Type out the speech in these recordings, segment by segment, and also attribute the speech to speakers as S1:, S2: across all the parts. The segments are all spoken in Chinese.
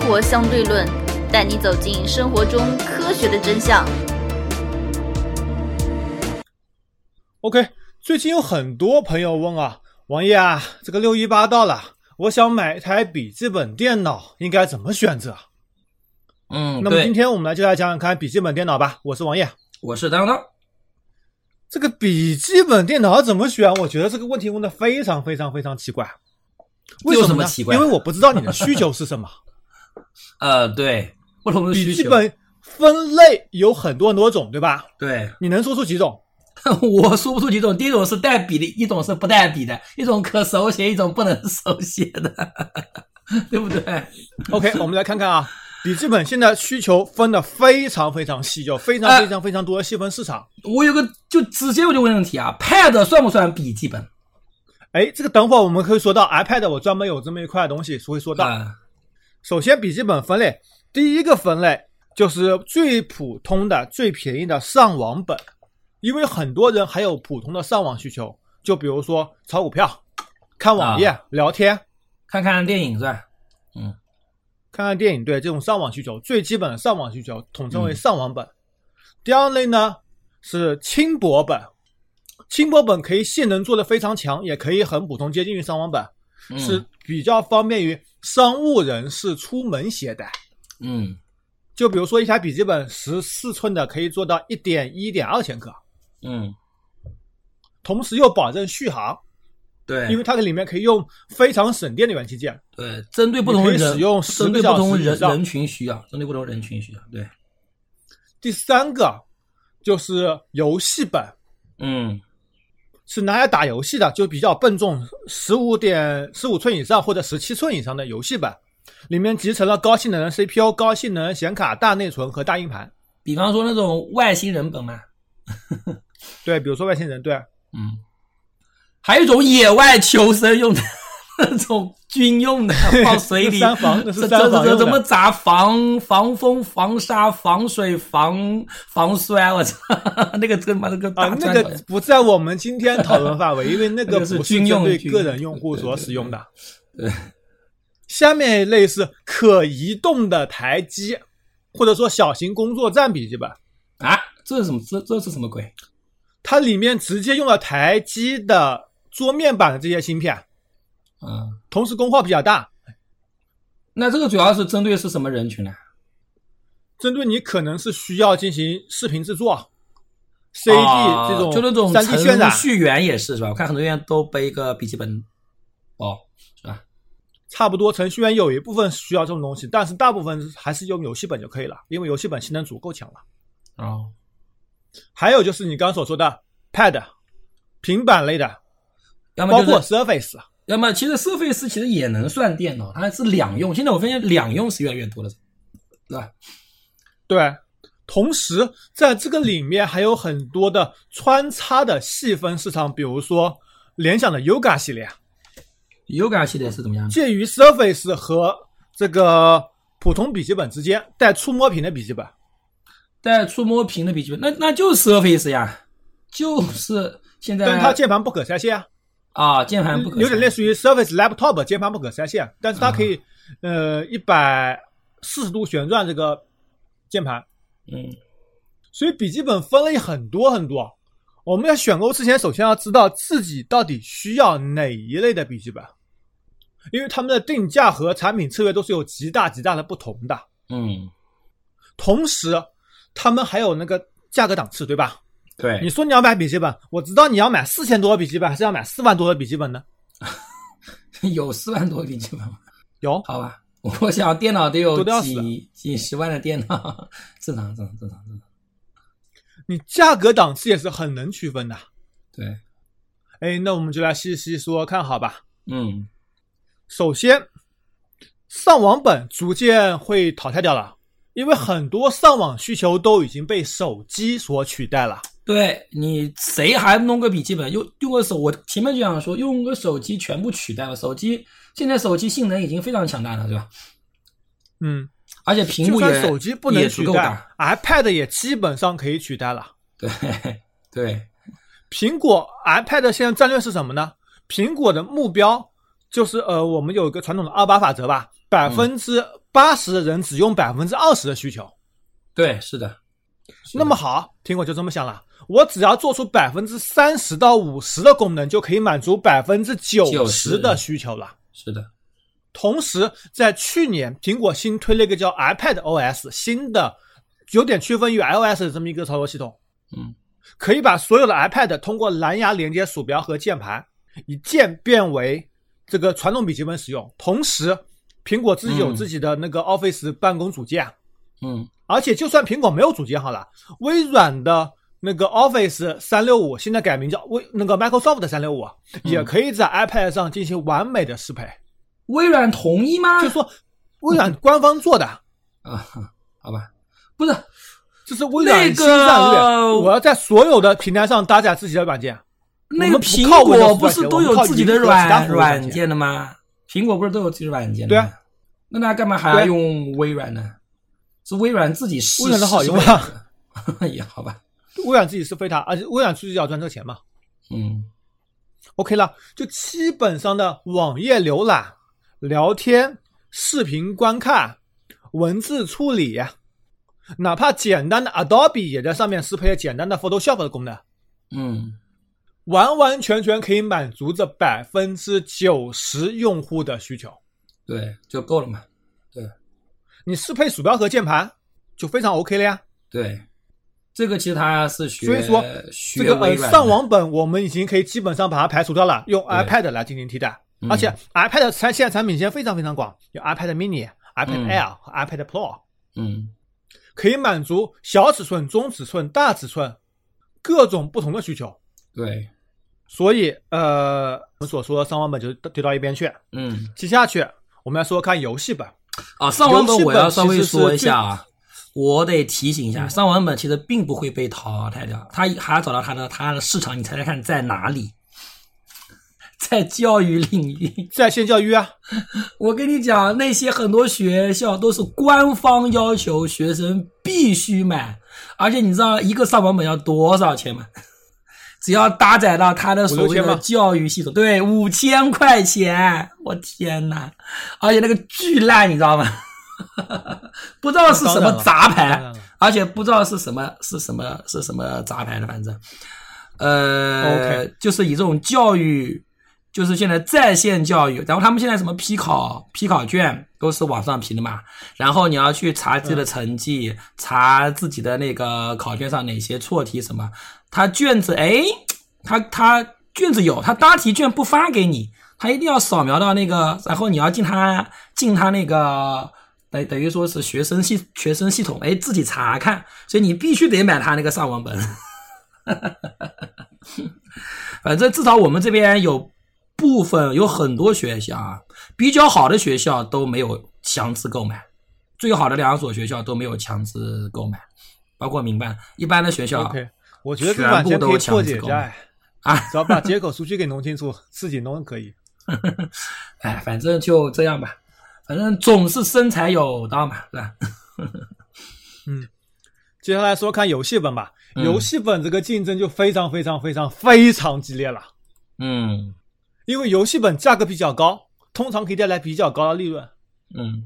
S1: 活相对论》，带你走进生活中科学的真相。
S2: OK，最近有很多朋友问啊，王爷啊，这个六一八到了，我想买台笔记本电脑，应该怎么选择？
S3: 嗯，
S2: 那么今
S3: 对，
S2: 天我们来就来讲讲看笔记本电脑吧。我是王爷。
S3: 我是当当。
S2: 这个笔记本电脑怎么选？我觉得这个问题问的非常非常非常奇怪。为
S3: 有
S2: 什
S3: 什
S2: 么
S3: 么
S2: 呢？
S3: 奇怪
S2: 因为我不知道你的需求是 什么。
S3: 呃，对，不同的需
S2: 笔记
S3: 求。
S2: 本分类有很多很多种，对吧？
S3: 对，
S2: 你能说出几种？
S3: 我说不出几种，第一种是带笔的，一种是不带笔的，一种可手写，一种不能手写的， 对不对？
S2: OK，我们来看看啊，笔记本现在需求分的非常非常细，有非常
S3: 哎
S2: 非常非常多的细分市场。
S3: 我有个就直接我就问问题啊，Pad 算不算笔记本？
S2: 哎，这个等会儿我们会说到 iPad，我专门有这么一块东西会说到。
S3: 啊、
S2: 首先，笔记本分类第一个分类就是最普通的、最便宜的上网本，因为很多人还有普通的上网需求，就比如说炒股票、看网页、聊天、
S3: 看看电影是吧？
S2: 看看电影，对这种上网需求最基本的上网需求统称为
S3: 嗯
S2: 上网本。第二类呢是轻薄本，轻薄本可以性能做得非常强，也可以很普通接近于上网本，
S3: 嗯
S2: 是比较方便于商务人士出门携带。
S3: 嗯
S2: 就比如说一台笔记本十四寸的可以做到一点一点二千克，
S3: 嗯，
S2: 同时又保证续航，
S3: 对，
S2: 因为它这里面可以用非常省电的元器件。
S3: 对，针对不同
S2: 你可以
S3: 人，
S2: 使用10
S3: 针对不同
S2: 个小时
S3: 人
S2: 以上
S3: 人群需要，针对不同人群需要，对，
S2: 第三个就是游戏本，
S3: 嗯
S2: 是拿来打游戏的，就比较笨重，十五点十五寸以上或者十七寸以上的游戏本，里面集成了高性能的 CPU、高性能显卡、大内存和大硬盘。
S3: 比方说那种外星人本嘛，
S2: 对，比如说外星人，对，
S3: 嗯，还有一种野外求生用的 那种军用的， 放水里，
S2: 那三防那是
S3: 这
S2: 三
S3: 这
S2: 防用
S3: 这这
S2: 的
S3: 怎么砸防防风、防沙、防水、防防摔？我操， 那个这个妈那个
S2: 啊、
S3: 大
S2: 那
S3: 砖
S2: 个
S3: 头呀
S2: 不在我们今天讨论范围，因为那个
S3: 那个是
S2: 不
S3: 军
S2: 针
S3: 用
S2: 对
S3: 军
S2: 个
S3: 用
S2: 人用户所使用的。
S3: 对对
S2: 下面一类是可移动的台机，或者说小型工作站笔记本，
S3: 啊，这是什么？这这是什么鬼？
S2: 它里面直接用了台机的桌面版的这些芯片，
S3: 嗯，
S2: 同时功耗比较大，
S3: 那这个主要是针对是什么人群呢、
S2: 针对你可能是需要进行视频制作、3D、
S3: 啊
S2: 这种
S3: 就那种
S2: 三 D 渲染
S3: 程，序员也是是吧？我看很多人都背一个笔记本哦包是吧？
S2: 差不多程序员有一部分需要这种东西，但是大部分还是用游戏本就可以了，因为游戏本性能足够强了。
S3: 哦，
S2: 还有就是你刚刚所说的 Pad、平板类的，
S3: 要么
S2: 包
S3: 就是
S2: 括 Surface，
S3: 要么其实 Surface 其实也能算电脑，它是两用。现在我发现两用是越来越多了，对吧？
S2: 对。同时，在这个里面还有很多的穿插的细分市场，比如说联想的 Yoga 系列，
S3: Yoga 系列是怎么样的？
S2: 介于 Surface 和这个普通笔记本之间，带触摸屏的笔记本。
S3: 带触摸屏的笔记本，那那就是 Surface 呀，就是现在
S2: 但是它键盘不可拆卸啊，
S3: 啊键盘不可
S2: 有点类
S3: 似
S2: 似于 Surface Laptop 键盘不可拆卸，但是它可以、呃一百四十度旋转这个键盘，
S3: 嗯
S2: 所以笔记本分类很多很多。我们要选购之前，首先要知道自己到底需要哪一类的笔记本，因为他们的定价和产品策略都是有极大极大的不同的。
S3: 嗯
S2: 同时，他们还有那个价格档次，对吧？你
S3: 对，
S2: 说你要买笔记本，我知道你要买四千多的笔记本，还是要买四万多的笔记本呢？
S3: 有四万多个笔记本吗？
S2: 有，
S3: 好吧，我想电脑得有
S2: 多得要死啊
S3: 几几十万的电脑， 正常正常正常正常，
S2: 你价格档次也是很能区分的。
S3: 对，
S2: 哎，那我们就来细细说看好吧。
S3: 嗯
S2: 首先，上网本逐渐会淘汰掉了，因为很多上网需求都已经被手机所取代了。，
S3: 对你谁还弄个笔记本？用用个手，我前面就想说，用个手机全部取代了手机。现在手机性能已经非常强大了，对吧？
S2: 嗯，
S3: 而且屏
S2: 就
S3: 幕
S2: 算
S3: 也
S2: 手机不能
S3: 也
S2: 取
S3: 足够
S2: 代
S3: 大。
S2: ，iPad 也基本上可以取代了。
S3: 对对，
S2: 苹果 iPad 现在
S3: 嗯
S2: 战略是什么呢？苹果的目标就是呃，我们有一个传统的二八法则吧，百分之八十的人只用百分之二十的需求。
S3: 对，是的。是的
S2: 那么好，苹果就这么想了，我只要做出百分之三十到五十的功能，就可以满足百分之九十
S3: 90%
S2: 的需求了。
S3: 是的，
S2: 同时，在去年，苹果新推了一个叫 iPad OS 新的，有点区分于 iOS 的这么一个操作系统，
S3: 嗯，
S2: 可以把所有的 iPad 通过蓝牙连接鼠标和键盘，一键变为这个传统笔记本使用。同时，苹果自己有
S3: 嗯
S2: 自己的那个 Office 办公组件，啊
S3: 嗯，
S2: 而且就算苹果没有组件好了，微软的那个 Office 三六五现在改名叫微那个 Microsoft 三六五，啊
S3: 嗯
S2: 也可以在 iPad 上进行完美的适配。
S3: 啊微软同意吗？
S2: 就说微软官方做的，
S3: 啊，好吧，不是，
S2: 这是微软
S3: 那
S2: 新
S3: 个
S2: 战略。我要在所有的平台上搭载自己的软件。
S3: 那
S2: 我
S3: 个
S2: 们不
S3: 苹
S2: 靠
S3: 果
S2: Windows
S3: 不是
S2: 软件
S3: 都
S2: 我们
S3: 有
S2: 靠
S3: 自己的
S2: Linux 和其他
S3: 软
S2: 服务软
S3: 软
S2: 件
S3: 件的吗？苹果不是都有自己的软件的
S2: 对
S3: 吗？
S2: 啊
S3: 那他干嘛还
S2: 对
S3: 要
S2: 啊
S3: 用微软呢？是微软自己试
S2: 微软的好用啊
S3: 啊， 也好吧，
S2: 微软自己是非它，而且微软自己要赚这个钱嘛。
S3: 嗯
S2: OK 了，就基本上的网页浏览、聊天、视频观看、文字处理，哪怕简单的 Adobe 也在上面适配了简单的 Photoshop 的功能，
S3: 嗯，
S2: 完完全全可以满足这百分之九十用户的需求。
S3: 对，就够了嘛，
S2: 你适配鼠标和键盘就非常 OK 了呀。
S3: 对，这个其实他是学，
S2: 所以说
S3: 学
S2: 这个
S3: 微
S2: 呃
S3: 软的
S2: 上网本我们已经可以基本上把它排除掉了，用 iPad 来进行替代。
S3: 嗯
S2: 而且 iPad 的产现在产品线非常非常广，有 iPad mini、iPad
S3: 嗯
S2: Air 和 iPad Pro，
S3: 嗯
S2: 可以满足小尺寸、中尺寸、大尺寸各种不同的需求。
S3: 对，
S2: 所以，呃，我们所说的上网本就丢到一边去。
S3: 嗯
S2: 接下去我们来说看游戏本，
S3: 啊，上网本我要稍微
S2: 游戏本其实是嗯
S3: 说一下啊。我得提醒一下，上网本其实并不会被淘汰掉，它还要找到它的它的市场，你猜猜看在哪里？ 在教育领域，
S2: 在线教育啊，
S3: 我跟你讲，那些很多学校都是官方要求学生必须买，而且你知道一个上网本要多少钱吗？ 只要搭载到它的所
S2: 五
S3: 谓
S2: 六千
S3: 的
S2: 吧
S3: 教育系统，对，五千块钱，我天哪！而且那个巨烂，你知道吗？ 不知道是什么杂
S2: 当
S3: 牌
S2: 然了，
S3: 而且不知道是什么是什么是什么杂牌的，反正，呃
S2: OK
S3: 就是以这种教育，就是现在在线教育，然后他们现在什么批考、批考卷都是网上批的嘛，然后你要去查自己的成绩，查自己的那个考卷上哪些错题什么，他卷子哎，他他卷子有，他答题卷不发给你，他一定要扫描到那个，然后你要进他进他那个等等于说是学生系学生系统，哎，自己查看，所以你必须得买他那个上网本。 反正至少我们这边有部分有很多学校啊，比较好的学校都没有强制购买，最好的两所学校都没有强制购买，包括民办，一般的学校
S2: OK，我觉得这软件可以破解一下，
S3: 啊，
S2: 只要把接口数据给弄清楚， 自己弄可以。
S3: 哎，反正就这样吧，反正总是生财有道嘛，是吧？
S2: 接下来说看游戏本吧，
S3: 嗯
S2: 游戏本这个竞争就非常非常非常非常激烈了，
S3: 嗯
S2: 因为游戏本价格比较高，通常可以带来比较高的利润，
S3: 嗯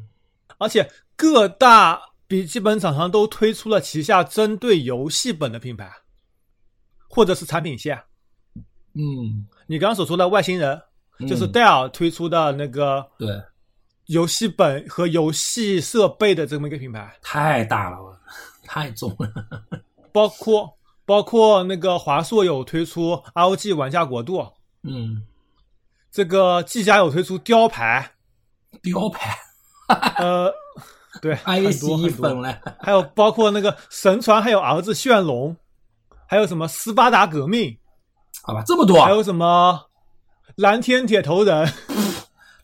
S2: 而且各大笔记本厂商都推出了旗下针对游戏本的品牌，啊或者是产品线。啊
S3: 嗯，
S2: 你刚刚所说的外星人，就是
S3: 嗯
S2: 戴尔推出的那个
S3: 对，
S2: 游戏本和游戏设备的这么一个品牌，
S3: 太大了，我 太重了。
S2: 包括包括那个华硕有推出 ROG 玩家国度，
S3: 嗯，
S2: 这个技嘉有推出雕牌，
S3: 标牌
S2: 呃， 对，很多
S3: IC
S2: 很
S3: 粉
S2: 多，
S3: 了，
S2: 还有包括那个神传，还有儿子炫龙，还有什么斯巴达革命，
S3: 好吧，这么多
S2: 还，有什么蓝天铁头人，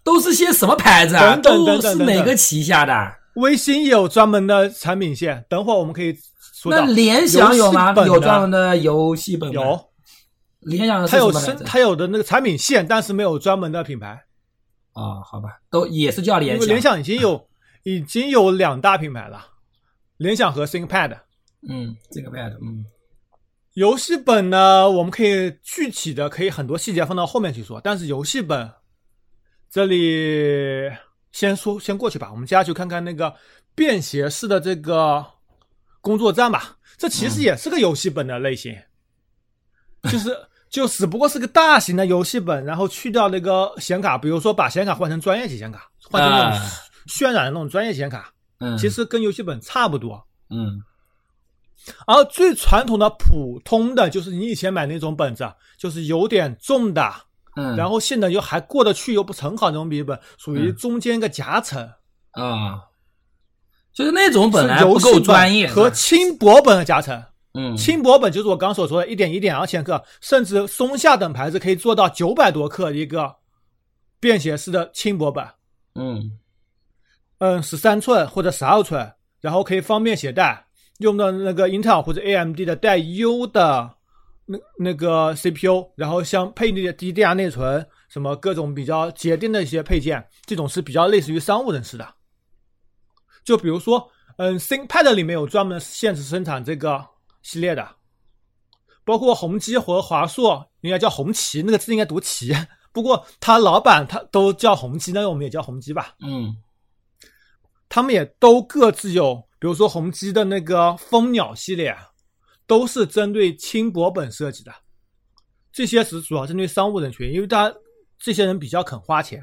S3: 都是些什么牌子啊？
S2: 等等等
S3: 都
S2: 等
S3: 是
S2: 等
S3: 哪
S2: 等
S3: 个旗下的？
S2: 微星也有专门的产品线，等会儿我们可以说
S3: 那
S2: 到。
S3: 联想有吗
S2: 游戏？本
S3: 有
S2: 呢
S3: 专门的游戏本吗？
S2: 有，
S3: 联想是
S2: 它
S3: 什么
S2: 有
S3: 牌
S2: 生
S3: 子
S2: 它有的那个产品线，但是没有专门的品牌，
S3: 啊？好吧，都也是叫
S2: 因
S3: 联
S2: 为
S3: 想。
S2: 联想已经有已经有两大品牌了，联想和 ThinkPad。
S3: 嗯，这个牌子，嗯
S2: 游戏本呢，我们可以具体的可以很多细节放到后面去说，但是游戏本这里先说先过去吧，我们接下去看看那个便携式的这个工作站吧。这其实也是个游戏本的类型， 就是就只不过是个大型的游戏本，然后去掉那个显卡，比如说把显卡换成专业级显卡，换成那种
S3: 啊
S2: 渲染的那种专业显卡，
S3: 嗯，
S2: 其实跟游戏本差不多。
S3: 嗯
S2: 而最传统的普通的就是你以前买那种本子，啊就是有点重的，
S3: 嗯，
S2: 然后性能又还过得去又不是很好那种笔记本，属于
S3: 嗯
S2: 中间一个夹层。
S3: 啊，就是那种本来
S2: 是
S3: 不
S2: 游戏
S3: 够
S2: 本
S3: 专业
S2: 和
S3: 的
S2: 轻薄本的夹层。
S3: 嗯
S2: 轻薄本就是我刚所说的一点一点二千克，甚至松下等牌子可以做到九百多克一个便携式的轻薄本，
S3: 嗯
S2: 嗯，十三寸或者十二寸，然后可以方便携带，用的那个英特尔或者 AMD 的带 U 的那那个 CPU，然后相配的 DDR 内存，什么各种比较节电的一些配件，这种是比较类似于商务人士的。就比如说，嗯，ThinkPad 里面有专门限制生产这个系列的，包括宏基和华硕，应该叫红旗，那个字应该读旗，不过他老板他都叫宏基，那我们也叫宏基吧。
S3: 嗯
S2: 他们也都各自有，比如说宏基的那个蜂鸟系列啊，都是针对轻薄本设计的。这些是主要针对商务人群，因为大家这些人比较肯花钱。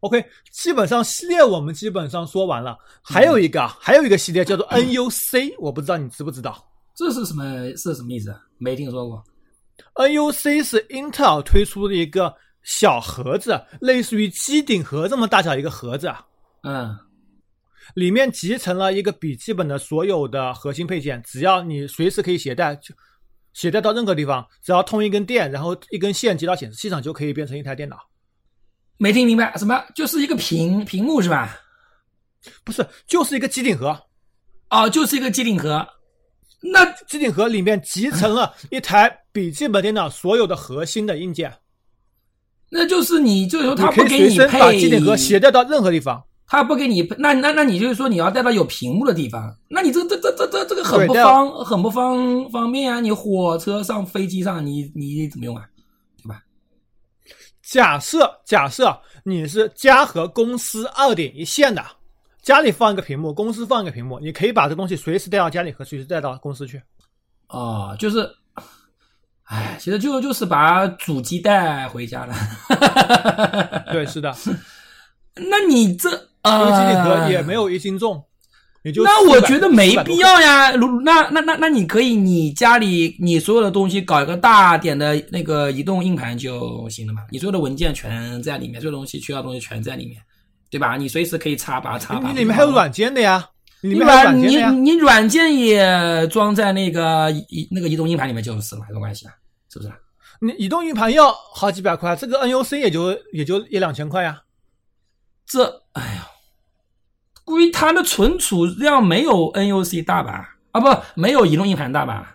S2: OK，基本上系列我们基本上说完了，还有一个，啊，还有一个系列叫做 NUC，我不知道你知不知道
S3: 这是什么是什么意思？啊？没听说过。
S2: ？NUC 是英特尔推出的一个小盒子，类似于机顶盒这么大小一个盒子啊。
S3: 嗯
S2: 里面集成了一个笔记本的所有的核心配件，只要你随时可以携带，就携带到任何地方，只要通一根电，然后一根线接到显示器上，就可以变成一台电脑。
S3: 没听明白，什么就是一个屏屏幕是吧？
S2: 不是，就是一个机顶盒，
S3: 哦，就是一个机顶盒。那
S2: 机顶盒里面集成了一台笔记本电脑所有的核心的硬件，
S3: 那就是你，就是说
S2: 你
S3: 他
S2: 可
S3: 不
S2: 以
S3: 给
S2: 随
S3: 你
S2: 身把
S3: 配
S2: 机顶盒携带到任何地方。
S3: 他不给你配，那那那你就是说你要带到有屏幕的地方，那你这这这这这这个很
S2: 对
S3: 不
S2: 这样
S3: 方很不方方便啊！你火车上、飞机上，你你怎么用啊？
S2: 假设假设你是家和公司二点一线的，家里放一个屏幕，公司放一个屏幕，你可以把这东西随时带到家里和随时带到公司去。
S3: 哦，就是，哎，其实就就是把主机带回家了。
S2: 对，是的。
S3: 那你这
S2: 因为
S3: 呃，
S2: 机顶盒也没有一斤重，也就
S3: 那我觉得没
S2: 400
S3: 必。要呀。如那那那那你可以，你家里你所有的东西搞一个大点的那个移动硬盘就行了嘛。你所有的文件全在里面，所有东西需要的东西全在里面，对吧？你随时可以插拔插拔。
S2: 哎你里面还有软件的呀，你
S3: 你
S2: 里面还有软
S3: 软
S2: 件
S3: 你
S2: 的呀。
S3: 你软件也装在那个移那个移动硬盘里面就是了，有关系啊，是不是？
S2: 你移动硬盘要好几百块，这个 NUC 也就也就一两千块 呀。
S3: 这哎呀，估计它的存储量没有 NUC 大吧？啊，不，没有移动硬盘大吧？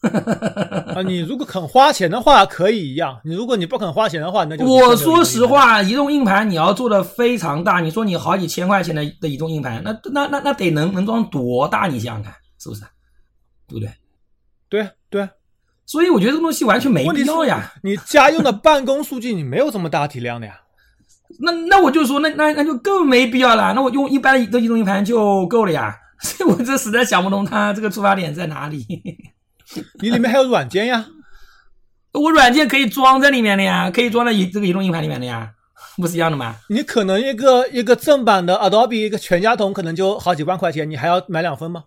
S2: 啊，你如果肯花钱的话，可以一样；你如果你不肯花钱的话，那就
S3: 我说实，话，移动硬盘你要做的非常大，你说你好几千块钱的的移动硬盘，那那那那得能能装多大？你想想看，是不是？啊对不对？
S2: 对对，
S3: 所以我觉得这个东西完全没必要呀。
S2: 你家用的办公数据你没有这么大体量的呀。
S3: 那那我就说，那那那就更没必要了。那我用一般的移动硬盘就够了呀。 所以我这实在想不通它这个出发点在哪里。
S2: 你里面还有软件呀，
S3: 我软件可以装在里面的呀，可以装在移这个移动硬盘里面的呀，不是一样的吗？
S2: 你可能一个一个正版的 Adobe 一个全家桶可能就好几万块钱，你还要买两份吗？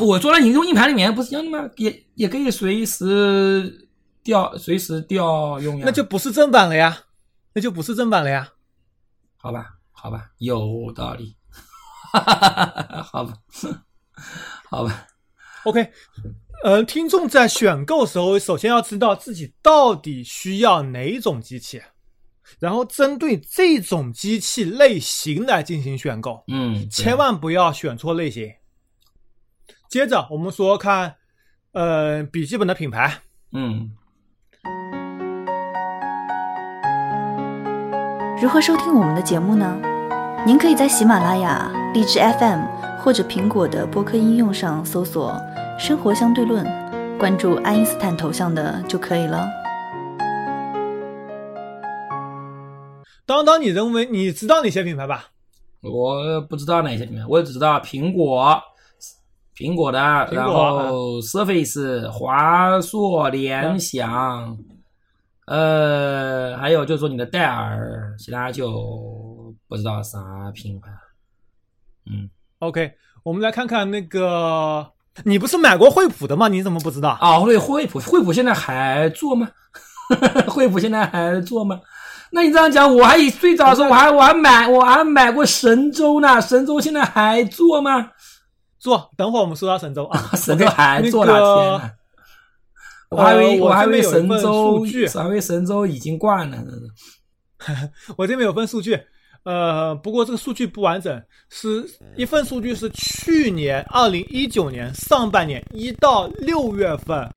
S3: 我装在移动硬盘里面不是一样的吗？也也可以随时调，随时调用呀。
S2: 那就不是正版了呀，那就不是正版了呀。
S3: 好吧，好吧，有道理。 好吧， 好吧，
S2: OK，呃，听众在选购时候，首先要知道自己到底需要哪种机器，然后针对这种机器类型来进行选购，
S3: 嗯，
S2: 千万不要选错类型。接着我们说看，呃，笔记本的品牌，
S3: 对，嗯，
S1: 如何收听我们的节目呢？您可以在喜马拉雅、荔枝 FM 或者苹果的播客应用上搜索“生活相对论”，关注爱因斯坦头像的就可以了。
S2: 当当，你认为你知道哪些品牌吧？
S3: 我不知道哪些品牌，我只知道苹果、苹果的，
S2: 果
S3: 然后 Surface、华硕、
S2: 嗯
S3: 联想，呃，还有就是说你的戴尔，其他就不知道啥品牌。嗯，
S2: OK，我们来看看那个，你不是买过惠普的吗？你怎么不知道？
S3: 啊，对，惠普，惠普现在还做吗？ 惠普现在还做吗？那你这样讲，我还以最早的时候，我还我还买我还买过神州呢，神州现在还做吗？，
S2: 做，等会儿我们说到神州啊
S3: 神州还做了，
S2: 了天
S3: 天呐，我还以为
S2: 呃我
S3: 还以为
S2: 这边
S3: 神
S2: 有一份
S3: 州
S2: 数据，
S3: 还以为神州已经挂了。
S2: 我这边有份数据，呃，不过这个数据不完整，是一份数据是去年二零一九年上半年一到六月份，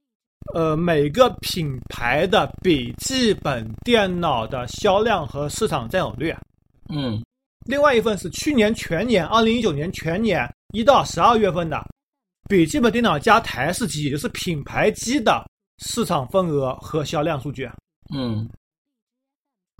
S2: 呃，每个品牌的笔记本电脑的销量和市场占有率。啊
S3: 嗯
S2: 另外一份是去年全年，二零一九年全年一到十二月份的笔记本电脑加台式机，也就是品牌机的市场份额和销量数据。啊
S3: 嗯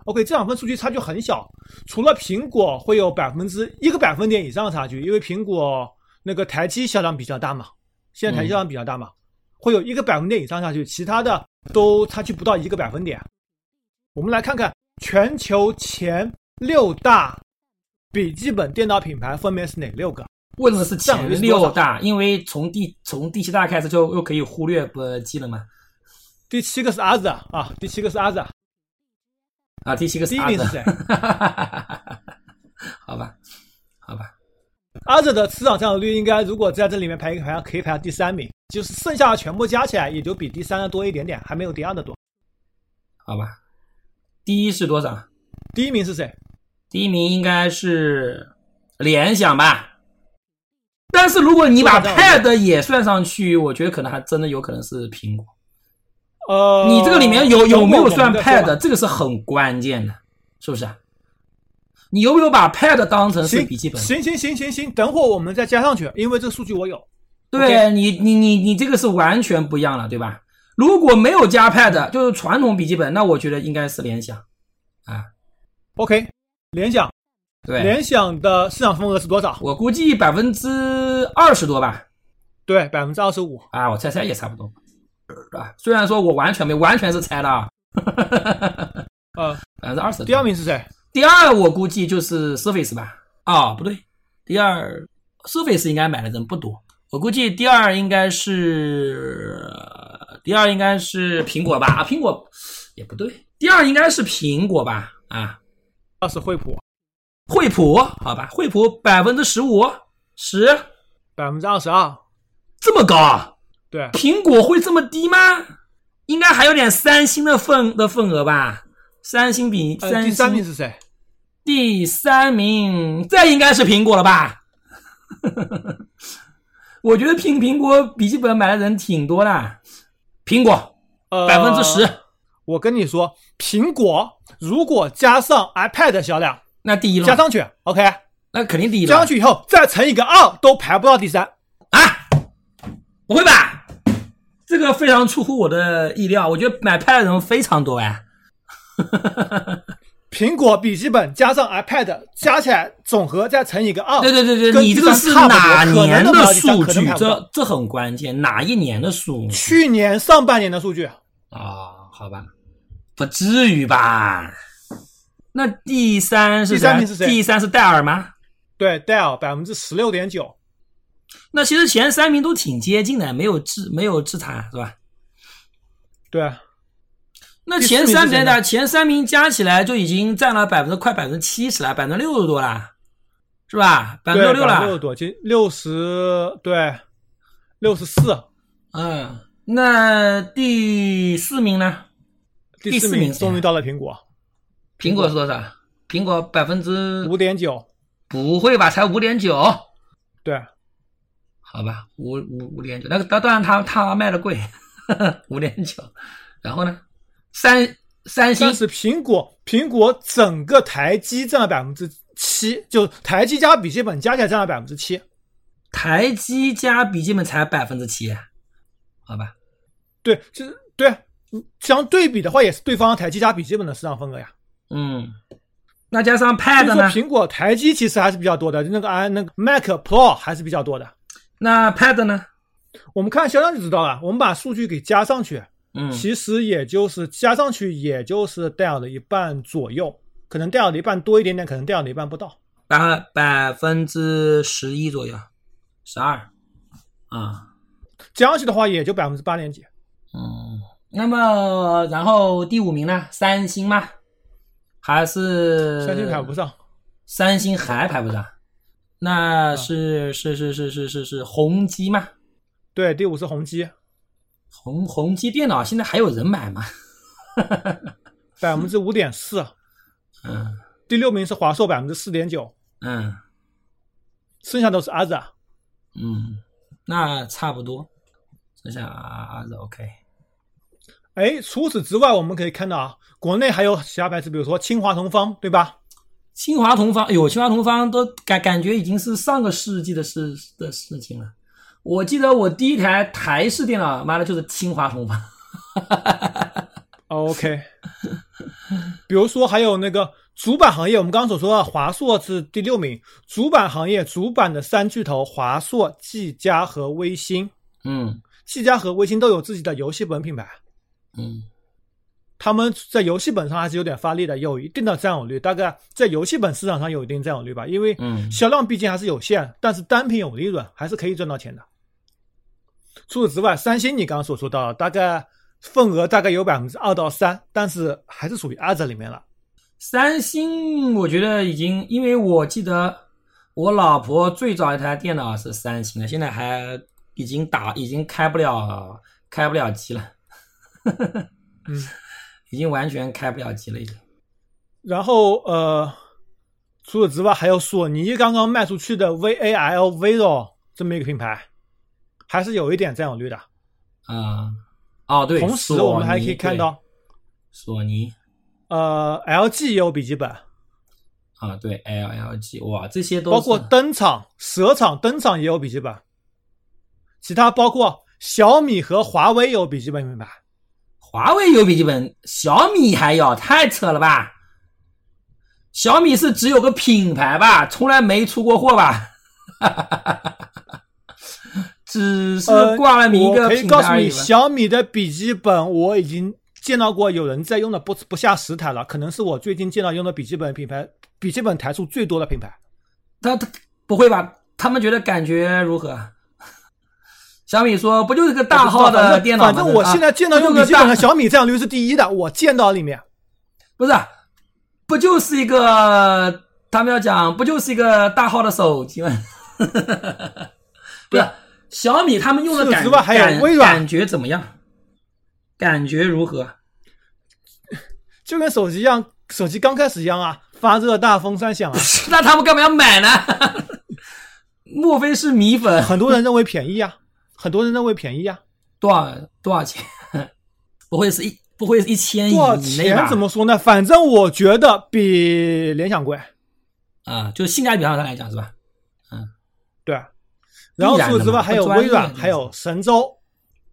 S2: OK，这两份数据差距很小，除了苹果会有百分之一个百分点以上的差距，因为苹果那个台机销量比较大嘛，现在台机销量比较大嘛，会有一个百分点以上差距，其他的都差距不到一个百分点。我们来看看全球前六大笔记本电脑品牌分别是哪六个？
S3: 为什么是
S2: 占有率
S3: 前
S2: 是多少
S3: 六大？因为从第从第七大开始就又可以忽略不记了嘛。
S2: 第七个是 Other 啊，第七个是 Other，
S3: 啊，第七个是
S2: 第一
S3: 阿
S2: 名
S3: 泽
S2: 是，谁
S3: 好吧，好吧，
S2: ？Other 的市场占有率应该如果在这里面排一个排行，可以排到第三名，就是剩下的全部加起来也就比第三的多一点点，还没有第二的多。
S3: 好吧。第一是多少？
S2: 第一名是谁？
S3: 第一名应该是联想吧。但是如果你把
S2: 说得到
S3: Pad 也算上去，我觉得可能还真的有可能是苹果。
S2: 呃，
S3: 你这个里面有有没有算
S2: 等会儿我们再说
S3: Pad？
S2: 吧
S3: 这个是很关键的，是不是啊？你有没有把 Pad 当成是
S2: 行
S3: 笔记本？
S2: 行行行行行，等会儿我们再加上去，因为这个数据我有。
S3: 对你，你你你这个是完全不一样了，对吧？如果没有加 Pad，就是传统笔记本，那我觉得应该是联想，啊，
S2: OK，联想，
S3: 对，
S2: 联想的市场份额是多少？
S3: 我估计百分之二十多吧，
S2: 对，百分之二十五。
S3: 啊，我猜猜也差不多，啊，虽然说我完全没完全是猜的啊，
S2: 呃，
S3: 百分之二十。
S2: 第二，名是谁？
S3: 第二我估计就是 Surface 吧？啊、不对，第二 Surface 应该买的人不多，我估计第二应该是第二应该是苹果吧？啊，苹果也不对，第二应该是苹果吧？啊，
S2: 二是惠普，
S3: 惠普好吧，惠普百分之十五十
S2: 百分之二十二。
S3: 这么高啊？
S2: 对，
S3: 苹果会这么低吗？应该还有点三星的份的份额吧。三星比
S2: 呃，
S3: 三
S2: 第
S3: 星、
S2: 三名是谁？
S3: 第三名，这应该是苹果了吧？ 我觉得苹苹果笔记本买的人挺多的，苹果
S2: 呃，
S3: 百分之十，
S2: 我跟你说，苹果如果加上 iPad 的销量
S3: 那第一了，
S2: 加上去，OK，
S3: 那肯定第一
S2: 加上
S3: 了
S2: 去以后再乘以个二，都排不到第三。
S3: 啊！不会吧？这个非常出乎我的意料，我觉得买 Pad 的人非常多哎。
S2: 苹果笔记本加上 iPad 加起来总和再乘以个二，
S3: 对对对对，
S2: 跟
S3: 你
S2: 第
S3: 这个
S2: 三
S3: 是
S2: 差不多
S3: 哪
S2: 可
S3: 年
S2: 能都
S3: 的
S2: 不到第三
S3: 数
S2: 可能
S3: 据
S2: 排？不到
S3: 这这很关键，哪一年的数据
S2: 去年上半年的数据，
S3: 啊、好吧，不至于吧？那第三是
S2: 第三名是谁
S3: 第三是戴尔吗？
S2: 对，戴尔百分之十六点九，
S3: 那其实前三名都挺接近的，没有制没有制裁是吧？
S2: 对，
S3: 那
S2: 第四
S3: 前
S2: 名是
S3: 三
S2: 谁
S3: 名
S2: 呢
S3: 的前三名加起来就已经占了百分之快百分之七十了，百分之六十多了，是吧？百分之
S2: 对，百
S3: 六
S2: 分之
S3: 了
S2: 六，多，近六十，对，六十四，
S3: 嗯。那第四名呢？
S2: 第
S3: 四
S2: 四
S3: 名
S2: 名
S3: 是
S2: 终
S3: 谁
S2: 于到了苹果，
S3: 苹果是多少？苹果百分之
S2: 五点九，
S3: 不会吧？才五点九？
S2: 对，
S3: 好吧，五五五点九。那个当当然它它卖的贵， 五点九。然后呢？三三星
S2: 但是苹果苹果整个台机占了百分之七，就台机加笔记本加起来占了百分之七，
S3: 台机加笔记本才百分之七，好吧？
S2: 对，啊就是对，嗯相对比的话也是对方台机加笔记本的市场份额呀。
S3: 嗯，那加上
S2: 所以
S3: Pad
S2: 说
S3: 呢？
S2: 苹果台机其实还是比较多的，那个啊那个 Mac Pro 还是比较多的。
S3: 那 Pad 呢？
S2: 我们看销量就知道了，我们把数据给加上去，
S3: 嗯，
S2: 其实也就是加上去，也就是戴尔的一半左右，可能戴尔的一半多一点点，可能戴尔的一半不到。
S3: 然后百分之十一左右，十二，啊，
S2: 加上去的话，也就百分之八点几。
S3: 嗯，那么然后第五名呢？三星吗？还是
S2: 三星排不上，
S3: 三星还排不上，那是、是是是是是是宏基吗？
S2: 对，第五是宏基，
S3: 宏宏基电脑现在还有人买吗？
S2: 百分之五点四。
S3: 嗯
S2: 第六名是华硕，百分之四点九，
S3: 嗯
S2: 剩下都是 Azure。
S3: 嗯，那差不多，剩下啊啊 OK，
S2: 哎，除此之外，我们可以看到啊，国内还有其他牌子，比如说清华同方，对吧？
S3: 清华同方，哎呦，清华同方都感感觉已经是上个世纪的事的事情了。我记得我第一台台式电脑，妈的就是清华同方。
S2: OK，比如说还有那个主板行业，我们刚刚所说的华硕是第六名，主板行业主板的三巨头华硕、技嘉和微星，
S3: 嗯
S2: 技嘉和微星都有自己的游戏本品牌，
S3: 嗯
S2: 他们在游戏本上还是有点发力的，有一定的占有率，大概在游戏本市场上有一定占有率吧，因为
S3: 嗯
S2: 销量毕竟还是有限，但是单品有利润，还是可以赚到钱的。除此之外，三星你刚刚所说到的，大概份额大概有百分之二到三，但是还是属于 other 里面了。
S3: 三星我觉得已经，因为我记得我老婆最早一台电脑是三星的，现在还已经打已经开不了开不了机了，
S2: 嗯，
S3: 已经完全开不了机了已经。
S2: 然后呃，除此之外还有索尼刚刚卖出去的 VAL Vero 这么一个品牌，还是有一点占有率的。
S3: 啊、哦对，
S2: 同时我们还可以
S3: 索尼
S2: 看
S3: 对
S2: 到，
S3: 索尼。
S2: 呃，LG 也有笔记本，
S3: 啊，对，L L G，哇，这些都
S2: 包括
S3: 是
S2: 灯厂、蛇厂、灯厂也有笔记本，其他包括小米和华为有笔记本品牌。
S3: 华为有笔记本，小米还有，太扯了吧？小米是只有个品牌吧，从来没出过货吧？ 只是
S2: 呃，
S3: 挂了名一
S2: 我
S3: 个
S2: 可以
S3: 品
S2: 告诉
S3: 牌而
S2: 你，
S3: 已吧。
S2: 小米的笔记本我已经见到过有人在用的不不下十台了，可能是我最近见到用的笔记本品牌笔记本台数最多的品牌。呃
S3: 他他不会吧？他们觉得感觉如何？小米说不就是个大号
S2: 反
S3: 的
S2: 正
S3: 电脑吗？
S2: 反正我
S3: 啊
S2: 现在见到
S3: 不就
S2: 用
S3: 个
S2: 笔记本
S3: 大
S2: 的小米占有率是第一的，我见到里面。
S3: 不是，不就是一个他们要讲，不就是一个大号的手机吗？ 不是，小米他们用的
S2: 除此
S3: 感
S2: 之外还有
S3: 感
S2: 微软
S3: 感觉怎么样？感觉如何？
S2: 就跟手机一样，手机刚开始一样啊，发热大风扇响啊，
S3: 那他们干嘛要买呢？ 莫非是米粉
S2: 很多人认为便宜啊，很多人认为便宜啊，
S3: 多少多少钱？ 不会是一不会是一千
S2: 多少
S3: 以内吧
S2: 钱？怎么说呢？反正我觉得比联想贵，
S3: 啊、就性价比上来讲是吧？
S2: 对。啊然后
S3: 必然
S2: 除
S3: 的
S2: 此之外
S3: 嘛
S2: 还有
S3: 不专
S2: 微
S3: 业
S2: 软，
S3: 就是
S2: 还有神州，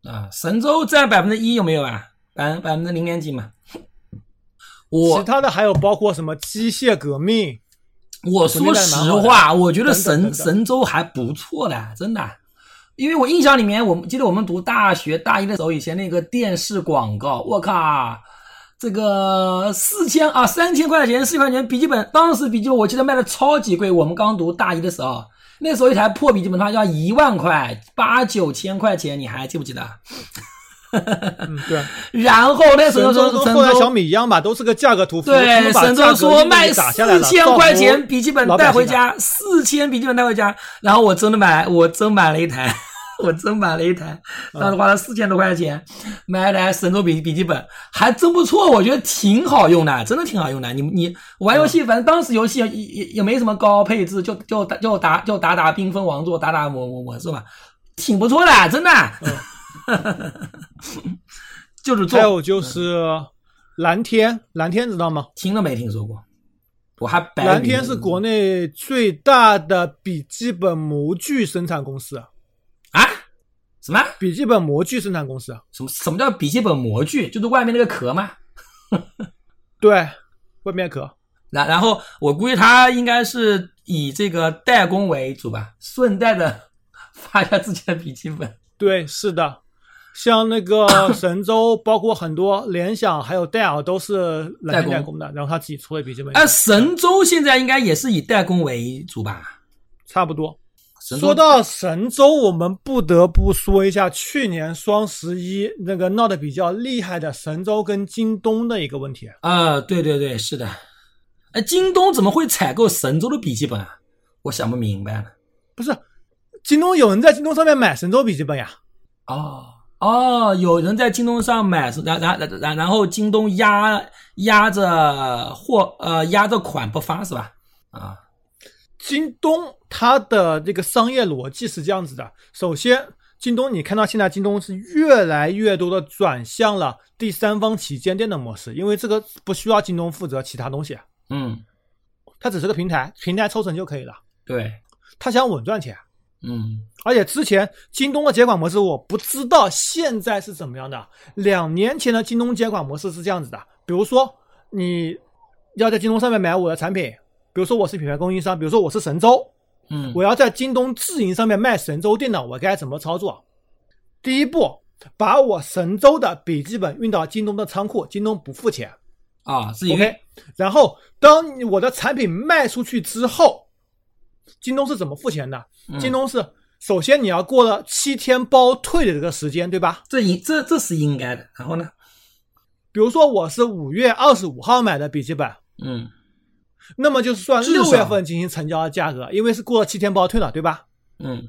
S3: 啊，神州占百分之一有没有啊？百分百分之零点几嘛？我
S2: 其他的还有包括什么机械革 命，
S3: 我说实话，我觉得
S2: 等等
S3: 神
S2: 等
S3: 神州还不错的，真的。因为我印象里面，我们记得我们读大学大一的时候，以前那个电视广告，我靠，这个四千啊三千块钱四千块钱笔记本，当时笔记本我记得卖的超级贵。我们刚读大一的时候，那时候一台破笔记本它要一万块，八九千块钱，你还记不记得？
S2: 嗯，对。
S3: 然后那时候
S2: 神州
S3: 说
S2: 跟后来小米一样吧，都是个价格图符，他
S3: 对，
S2: 们把
S3: 神
S2: 价
S3: 州
S2: 格
S3: 说
S2: 一
S3: 卖
S2: 一打
S3: 四
S2: 下来了
S3: 千块钱笔记本带
S2: 造福老
S3: 回，
S2: 百姓啊
S3: 家，四千笔记本带回家，然后我真的买，我真买了一台， 我真买了一台，
S2: 嗯
S3: 当时花了四千多块钱买了台神州笔笔记本，还真不错，我觉得挺好用的，真的挺好用的。你你玩游
S2: 嗯
S3: 戏，反正当时游戏也也也没什么高配置，就就打就打就打打缤纷王座，打打魔魔魔兽嘛，挺不错的，真的。 就是做
S2: 嗯还有就是蓝天，蓝天知道吗？
S3: 听都没听说过，我还白
S2: 蓝
S3: 云
S2: 天
S3: 呢
S2: 是国内最大的笔记本模具生产公司，
S3: 啊什么
S2: 笔记本模具生产公司。啊
S3: 什么什么叫笔记本模具？就是外面那个壳吗？
S2: 对，外面壳
S3: 然然后我估计他应该是以这个代工为主吧，顺带的 发一下自己的笔记本。
S2: 对，是的，像那 个神州，包括很多联想，还有戴尔都是
S3: 代
S2: 软件
S3: 工
S2: 代工的，然后他自己出了笔记本，
S3: 哎，神州现在应该也是以代工为主吧？
S2: 差不多。
S3: 神州
S2: 说到神州，我们不得不说一下去年双十一那个闹得比较厉害的神州跟京东的一个问题。
S3: 啊、对对对，是的。哎，京东怎么会采购神州的笔记本啊？我想不明白了。
S2: 不是，京东有人在京东上面买神州笔记本呀？
S3: 哦哦，有人在京东上买，然然然然然后京东压压着货呃压着款不发是吧？啊，
S2: 京东它的这个商业逻辑是这样子的：首先，京东你看到现在京东是越来越多的转向了第三方旗舰店的模式，因为这个不需要京东负责其他东西，啊
S3: 嗯，
S2: 它只是个平台，平台抽成就可以了。
S3: 对，
S2: 它想稳赚钱，
S3: 嗯
S2: 而且之前京东的结款模式我不知道现在是怎么样的。两年前的京东结款模式是这样子的，比如说你要在京东上面买我的产品，比如说我是品牌供应商，比如说我是神州，
S3: 嗯，
S2: 我要在京东自营上面卖神州电脑，我该怎么操作？第一步，把我神州的笔记本运到京东的仓库，京东不付钱。
S3: 啊自己
S2: OK，然后当我的产品卖出去之后，京东是怎么付钱的？
S3: 嗯
S2: 京东是首先你要过了七天包退的这个时间，对吧？
S3: 这应这这是应该的。然后呢，
S2: 比如说我是五月二十五号买的笔记本，
S3: 嗯
S2: 那么就是算
S3: 至少
S2: 六月份进行成交的价格，因为是过了七天包退了，对吧？
S3: 嗯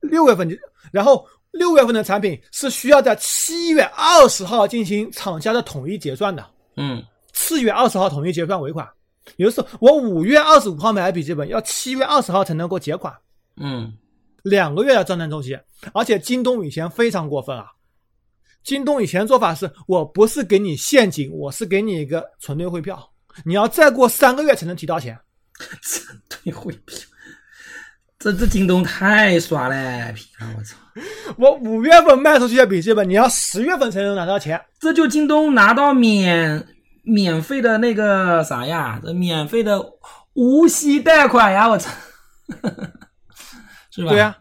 S2: 六月份就，然后六月份的产品是需要在七月二十号进行厂家的统一结算的，
S3: 嗯
S2: 四月二十号统一结算尾款。也就是说我五月二十五号买的笔记本，要七月二十号才能够结款，
S3: 嗯
S2: 两个月的账单周期。而且京东以前非常过分啊，京东以前做法是我不是给你现金，我是给你一个存兑汇票，你要再过三个月才能提到钱。
S3: 退回票，这这京东太耍赖皮了，我操！
S2: 我五月份卖出去的笔记本，你要十月份才能拿到钱。
S3: 这就京东拿到免免费的那个啥呀，这免费的无息贷款呀，我操， 是吧？
S2: 对呀、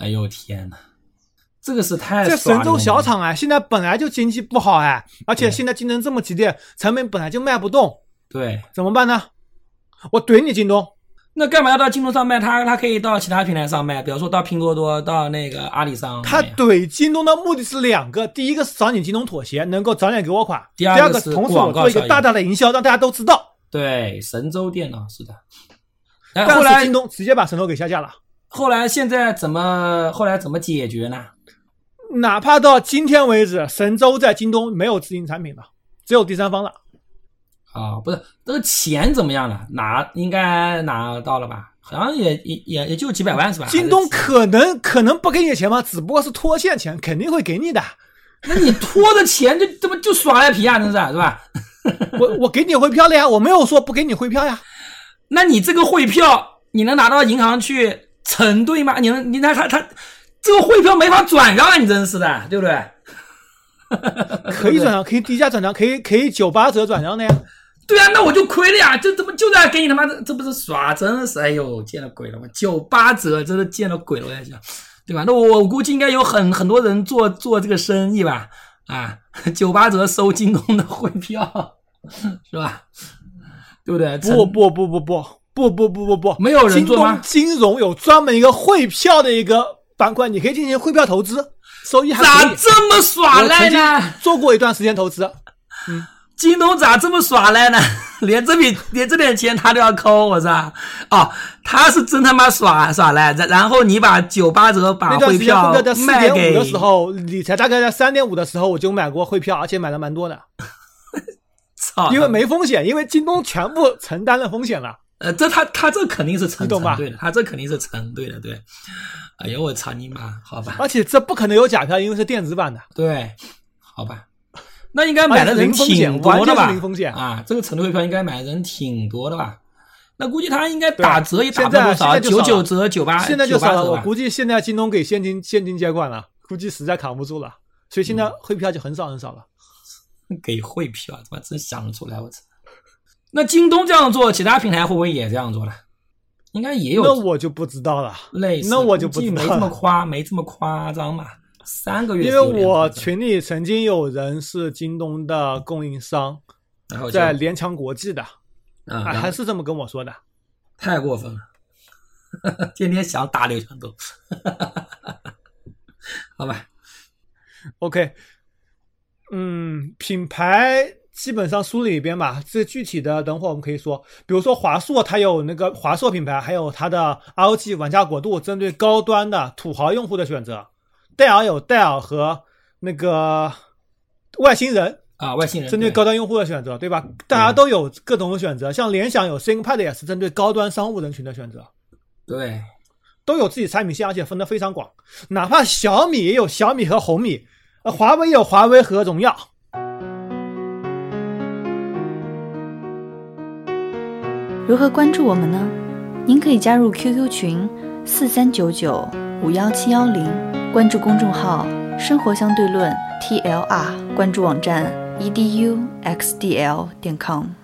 S3: 哎呦天哪，这个是太
S2: 这
S3: 爽
S2: 神州
S3: 了
S2: 小，厂哎，现在本来就经济不好哎，而且现在竞争这么激烈，产品本来就卖不动，
S3: 对，
S2: 怎么办呢？我怼你京东，
S3: 那干嘛要到京东上卖？他他可以到其他平台上卖，比方说到拼多多、到那个阿里上卖哎呀。
S2: 他怼京东的目的是两个，第一个是找你京东妥协，能够早点给我款；
S3: 第
S2: 第
S3: 二个
S2: 二个
S3: 是
S2: 同时
S3: 广
S2: 我
S3: 告
S2: 做一
S3: 效
S2: 个
S3: 应
S2: 大大的营销，让大家都知道。
S3: 对神州电脑是的。哎，后
S2: 但是
S3: 来
S2: 京东直接把神州给下架了，
S3: 后来现在怎么后来怎么解决呢？
S2: 哪怕到今天为止，神州在京东没有自营产品了，只有第三方了。
S3: 啊、不是，这个钱怎么样了？拿应该拿到了吧？好像也也也也就几百万是吧？
S2: 京东
S3: 哎还是
S2: 可能可能不给你钱吗？只不过是拖现钱，肯定会给你的。
S3: 那你拖着钱就这不就耍赖皮啊？真是是吧？
S2: 我我给你汇票了呀，我没有说不给你汇票呀。
S3: 那你这个汇票你能拿到银行去承兑吗？你能你那他他这个汇票没法转让啊，你真是的，对不对？
S2: 可以转让，可以低价转让，可以可以九八折转让的呀。
S3: 对啊，那我就亏了呀！这怎么就在给你他妈的，这不是耍？真是，哎呦，见了鬼了！我九八折，真的见了鬼了！我在想，对吧？那我我估计应该有很很多人做做这个生意吧？啊，九八折收京东的汇票，是吧？对不对？
S2: 不不不不不不不不不不，
S3: 没有人做吗
S2: 京东金融有专门一个汇票的一个板块，你可以进行汇票投资，收益还可
S3: 咋
S2: 以。
S3: 这么耍
S2: 我
S3: 赖
S2: 曾
S3: 呢
S2: 经？做过一段时间投资，
S3: 京东咋这么耍赖呢？连这笔连这点钱他都要抠，我操！哦，他是真他妈耍耍赖，然然后你把九八折把
S2: 那段
S3: 汇
S2: 时间汇
S3: 票
S2: 票在啊四
S3: 卖
S2: 点
S3: 给
S2: 五的时候，理财大概在三点五的时候我就买过汇票，而且买了蛮多的，
S3: 操，
S2: 因为没风险，因为京东全部承担了风险了。
S3: 呃，这他他这肯定是成
S2: 你懂吧
S3: 成对的，他这肯定是成对的，对。哎呦我操你妈，好吧，
S2: 而且这不可能有假票，因为是电子版的。
S3: 对，好吧，那应该买
S2: 啊
S3: 的人挺多的
S2: 完全
S3: 吧？
S2: 是零风险
S3: 啊，这个成都汇票应该买的人挺多的吧？那估计他应该打折也打不
S2: 啊现在
S3: 多少，
S2: 现在就
S3: 九
S2: 少
S3: 九
S2: 了
S3: 折、九八，
S2: 现在就少
S3: 98
S2: 了，
S3: 折
S2: 我
S3: 吧
S2: 估计现在京东给现金现金接管了，估计实在扛不住了，所以
S3: 嗯
S2: 现在汇票就很少很少了。
S3: 给汇票，他妈真想得出来，我操！那京东这样做，其他平台会不会也这样做呢？应该也有
S2: 那我就不知道了，
S3: 类似，
S2: 那我就不
S3: 估计
S2: 知道
S3: 没这么夸，没这么夸张嘛。三个月
S2: 因
S3: 是
S2: 为
S3: 有点夸张，
S2: 我群里曾经有人是京东的供应商，
S3: 然后就
S2: 在联强国际的，
S3: 啊，
S2: 啊，
S3: 然后
S2: 还是这么跟我说的。
S3: 太过分了， 天天想打刘强东， 好吧，
S2: OK，嗯，品牌基本上梳理一遍吧。这具体的，等会儿我们可以说，比如说华硕，它有那个华硕品牌，还有它的 ROG 玩家国度，针对高端的土豪用户的选择。戴尔有戴尔和那个外星人，
S3: 啊，外星人
S2: 针对
S3: 对
S2: 高端用户的选择，对吧？大家都有各种的选择，像联想有 ThinkPad 也是针对高端商务人群的选择。
S3: 对
S2: 都有自己产品线，而且分得非常广。哪怕小米也有小米和红米，呃，华为也有华为和荣耀。
S1: 如何关注我们呢？您可以加入 QQ 群四三九九五幺七幺零，关注公众号“生活 E 相对论 ”TLR，关注网站 eduxdl 点 com。